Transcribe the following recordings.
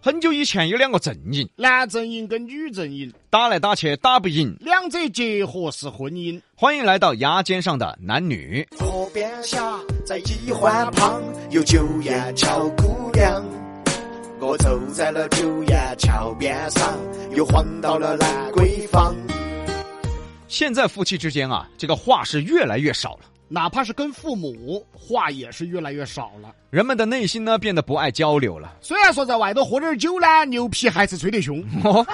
很久以前有两个阵营，男阵营跟女阵营，打来打去打不赢。两者结合是婚姻。欢迎来到牙尖上的男女。河边下，在一环旁有九眼桥姑娘。我走在了九眼桥边上，又晃到了兰桂坊。现在夫妻之间啊，这个话是越来越少了。哪怕是跟父母话也是越来越少了。人们的内心呢，变得不爱交流了。虽然说在外头喝点酒呢，牛皮还是吹得 凶，哦，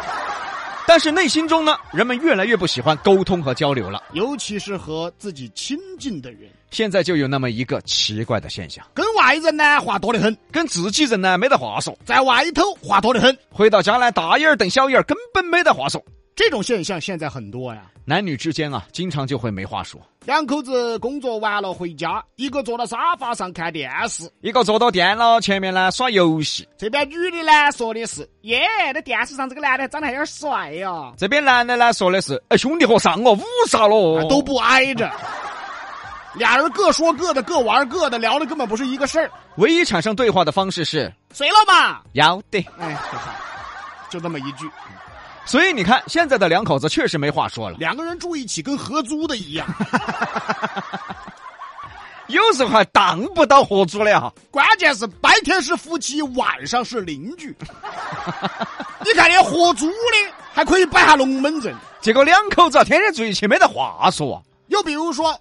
但是内心中呢，人们越来越不喜欢沟通和交流了。尤其是和自己亲近的人，现在就有那么一个奇怪的现象，跟外人呢话多得很，跟自己人呢没得话说，在外头话多得很。回到家呢，大眼儿瞪小眼儿，根本没得话说。这种现象现在很多呀。男女之间啊，经常就会没话说，两口子工作完了回家，一个坐到沙发上看电视，一个坐到电脑前面呢耍游戏，这边女的呢说的是：“耶，那电视上这个男的长得还有点帅呀、这边男的呢说的是，哎兄弟伙上我，五杀啊喽，都不挨着。俩人各说各的，各玩各的，聊的根本不是一个事儿。唯一产生对话的方式是睡了嘛？要得。哎， 就这么一句，所以你看，现在的两口子确实没话说了，两个人住一起跟合租的一样，有时候还当不到合租了哈。关键是白天是夫妻，晚上是邻居。 你看那合租的还可以摆下龙门阵，结果两口子啊天天住一起没得话说啊。又比如说，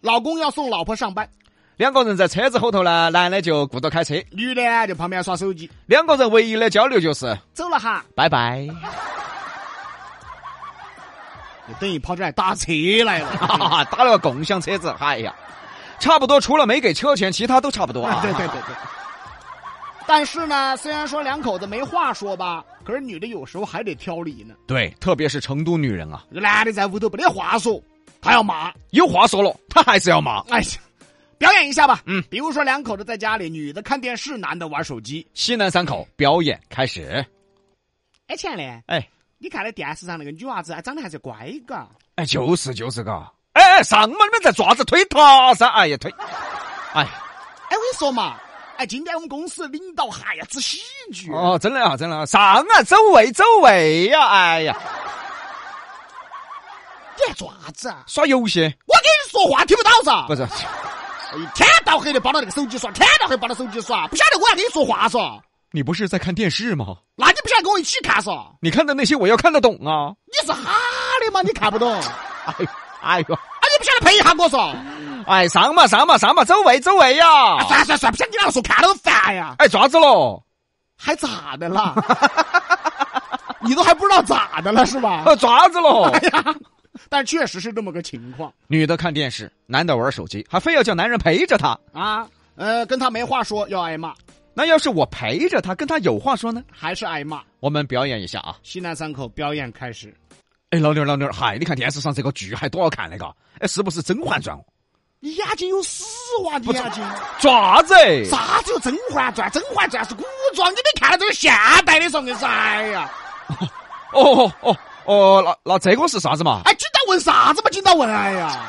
老公要送老婆上班，两个人在车子后头呢，男的就顾着开车，女的啊就旁边耍手机，两个人唯一的交流就是走了哈，拜 拜。就等于跑这儿来打车来了。哈哈，打了个共享车子，哎呀，差不多除了没给车钱，其他都差不多啊。 对对对对。但是呢，虽然说两口子没话说吧，可是女的有时候还得挑理呢。对，特别是成都女人啊，这个男的在屋头没得话说，他要骂，有话说了，她还是要骂。哎呀，表演一下吧。嗯比如说两口子在家里，女的看电视，男的玩手机。西南三口表演开始，哎，亲爱的，哎你看那电视上那个女娃子，哎长得还是乖嘎。哎，就是就是个，哎哎，上嘛，你们在做啥子推他噻？哎呀推，哎呀。哎，我跟你说嘛，哎，今天我们公司领导哎呀，之喜剧。哦，真的啊，真的啊，上啊，走位走位呀、哎呀，你还做啥子啊？耍游戏我跟你说话听不到噻。不是？一哎天到黑的抱着那个手机耍，天到黑抱着手机耍，不晓得我要跟你说话嗦。你不是在看电视吗？那你不想跟我一起看嗦？你看的那些我要看得懂啊！你是哈的吗？你看不懂，啊，哎呦，哎呦，你不想来陪一下我嗦？哎，上嘛上嘛上嘛，走位走位呀、啊，算算算，不想跟你那个说，看都烦呀，哎，爪子喽，还咋的了？你都还不知道咋的了是吧？呃，爪子喽！但确实是这么个情况女的看电视，男的玩手机，还非要叫男人陪着她。啊。呃，跟他没话说，要挨骂，那要是我陪着他，跟他有话说呢？还是挨骂。我们表演一下啊！西南三口表演开始，哎，老妞儿老妞儿，嗨，你看电视上这个剧还多好看那个？哎，是不是《甄嬛传》？你眼睛有屎哇！你眼睛爪子？啥子有《甄嬛传》？《甄嬛传》是古装，你没看到这个现代的嗦？我跟你说，哎呀，哦哦哦哦，那那这个是啥子嘛？哎，金大文啥子嘛？金大文，哎呀。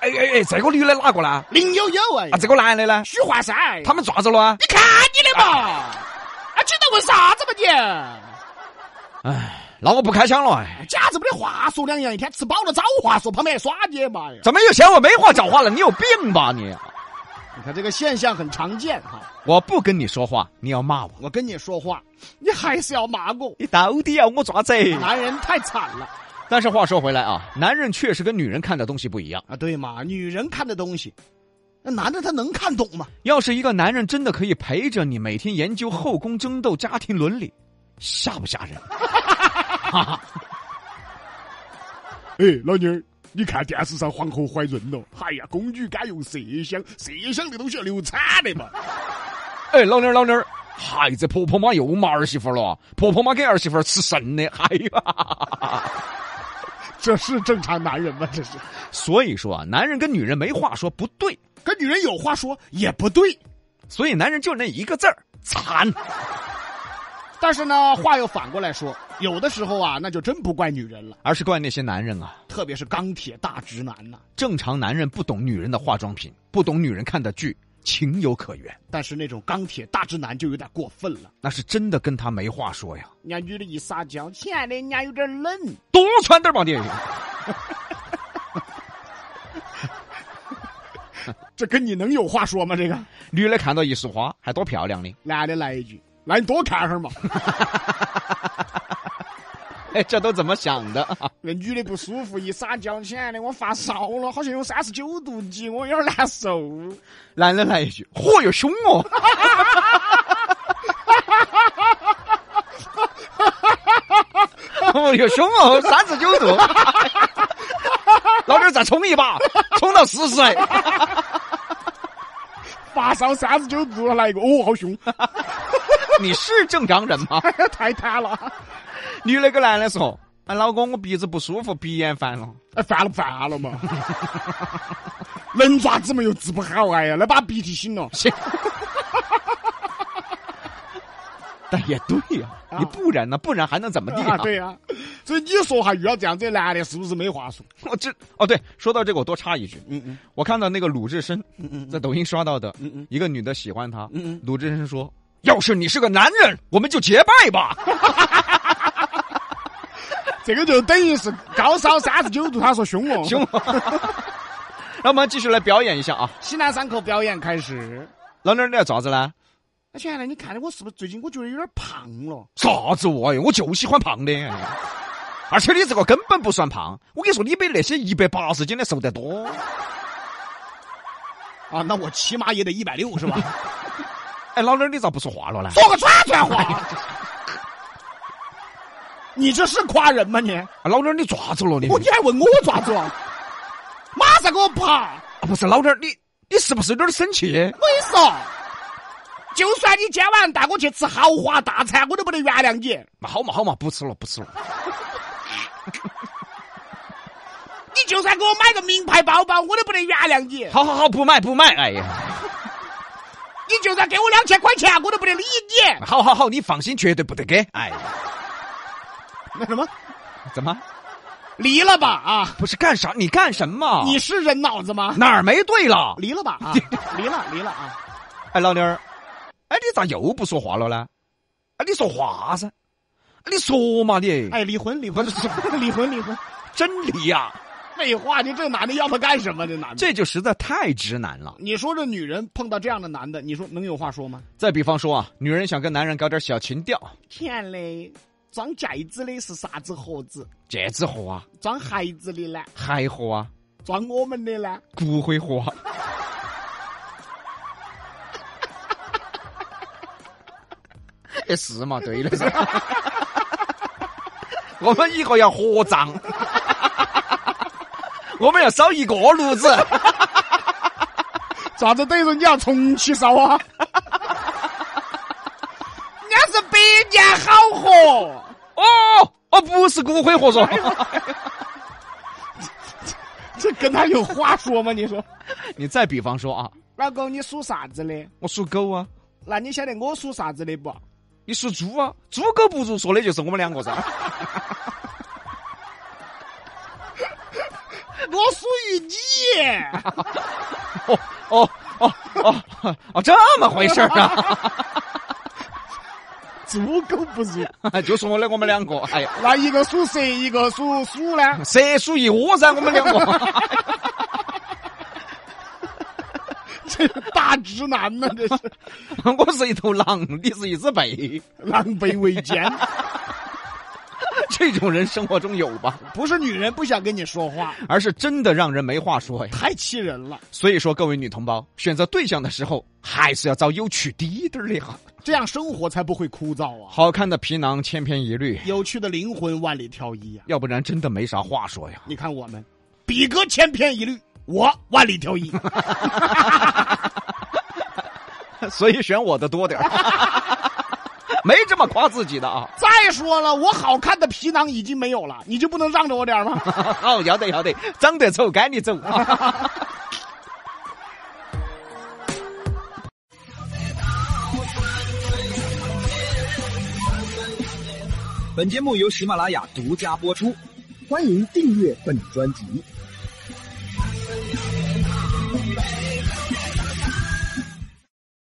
哎哎哎，这个女的哪个呢？啊，林有有哎，这个男的呢？许幻山，他们爪子了啊？你看你的嘛，啊，知道问啥子嘛你？那我不开枪了，哎，简直没得话说两样，一天吃饱了找话说，旁边还耍你嘛哎呀？怎么又嫌我没话找话了？你有病吧你？你看这个现象很常见哈。我不跟你说话，你要骂我，我跟你说话，你还是要骂我，你到底要我爪子？男人太惨了但是话说回来啊，男人确实跟女人看的东西不一样。啊！对嘛，女人看的东西，那男的他能看懂吗？要是一个男人真的可以陪着你每天研究后宫争斗、家庭伦理，吓不吓人？哎，老妞儿。你看电视上皇后怀孕了，哎呀，宫女敢用麝香，麝香的东西要流产的嘛？哎，老妞儿老妞儿，嗨，这婆婆妈又骂儿媳妇儿了，婆婆妈给儿媳妇儿吃剩的，哎呀。 这是正常男人吗？这是所以说啊，男人跟女人没话说不对，跟女人有话说也不对，所以男人就那一个字儿惨。但是呢，话又反过来说，有的时候啊，那就真不怪女人了，而是怪那些男人啊，特别是钢铁大直男呐、正常男人不懂女人的化妆品，不懂女人看的剧，情有可原，但是那种钢铁大直男就有点过分了，那是真的跟他没话说 呀。人家女的一撒娇，亲爱的，人家有点冷。多穿点吧你， 这跟你能有话说吗？这个女的看到一束花还多漂亮呢。男的来一句，来你多看会儿嘛。 哎，这都怎么想的？ 那女的不舒服，一撒娇，亲爱的，我发烧了，好像有三十九度几，我有点难受。男的来一句，嚯哟凶哦！ 哦哟凶哦，三十九度， 老弟儿再冲一把，冲到四十。发烧三十九度，来一个，哦，好凶， 你是正常人吗？太贪了，女的跟男的说：“哎，老公，我鼻子不舒服，鼻炎犯了。 哎，犯了犯了嘛， 能爪子嘛又治不好，哎呀，那把鼻涕醒了”。行，但也对呀、啊你不然呢？不然还能怎么地、 啊，对呀、所以你说哈，遇到这样子的男的，是不是没话说？我这哦，对，说到这个，我多插一句，嗯嗯我看到那个鲁智深嗯在抖音刷到的，嗯嗯一个女的喜欢他，嗯嗯，鲁智深说：“要是你是个男人，我们就结拜吧。 这个就等于是高烧三十九度，他说 凶哦。”行吗？ 然后我们继续来表演一下啊，西南三口表演开始。老妞儿你要咋子呢？那亲爱的，你看的我是不是最近我觉得有点胖了？啥子我呀？我就喜欢胖的，而且你这个根本不算胖。我跟你说，你比那些一百八十斤的瘦得多。啊，那我起码也得一百六是吧？哎，老儿，你咋不说话了呢？说个串串话，你这是夸人吗你？哎老儿，你抓住了你？我你还问我咋子啊？马上给我爬！啊不是老儿，你你是不是有点生气？我跟你说，就算你今晚带我去吃豪华大餐，我都不能原谅你。嘛好嘛好嘛，不吃了不吃了。你就算给我买个名牌包包，我都不能原谅你。好好好，不买不买。哎呀，你就算给我两千块钱，我都不能理你。好好好，你放心，绝对不得给。哎呀，那什么，怎么离了吧啊！不是干啥？你干什么？你是人脑子吗？哪儿没对了？离了吧啊！离了，离了啊！哎，老妞儿，哎，你咋又不说话了呢？哎，你说话噻，哎你说嘛你，哎，离婚，离婚，离婚，离婚。真理呀、废话，你这男的要他干什么？这男的，这就实在太直男了。你说这女人碰到这样的男的，你说能有话说吗？再比方说啊，女人想跟男人搞点小情调，亲爱的，装戒指的是啥子盒子？戒指盒啊，装孩子的呢？海盒啊，装我们的呢？骨灰盒啊。 也是嘛，对的噻。 我们以后要合葬，我们要烧一个炉子。 咋子等于说你要重启烧 啊？人家是百年好合，哦哦，不是骨灰盒说， 这跟他有话说吗？你说，你再比方说啊，老公，你属啥子的？我属狗啊，那你晓得我属啥子的不？你属猪啊，猪狗不如说的就是我们两个噻。我属于你。 哦哦哦哦哦，这么回事儿 啊？ 猪狗不如，就说的我们两个，哎呀，那一个属蛇，一个属鼠呢？蛇鼠一窝噻，我们两个。 这 大直男呢，这是我是一头狼，你是一只狈，狼狈为奸。这种人生活中有吧？不是女人不想跟你说话，而是真的让人没话说呀。太气人了。所以说，各位女同胞，选择对象的时候，还是要找有趣滴点儿的哈。这样生活才不会枯燥啊！好看的皮囊千篇一律，有趣的灵魂万里挑一啊！要不然真的没啥话说呀。 你看我们，比哥千篇一律，我万里挑一。所以选我的多点儿， 没这么夸自己的啊。 再说了，我好看的皮囊已经没有了，你就不能让着我点儿吗？好，要得要得，长得丑该你走。本节目由喜马拉雅独家播出。欢迎订阅本专辑，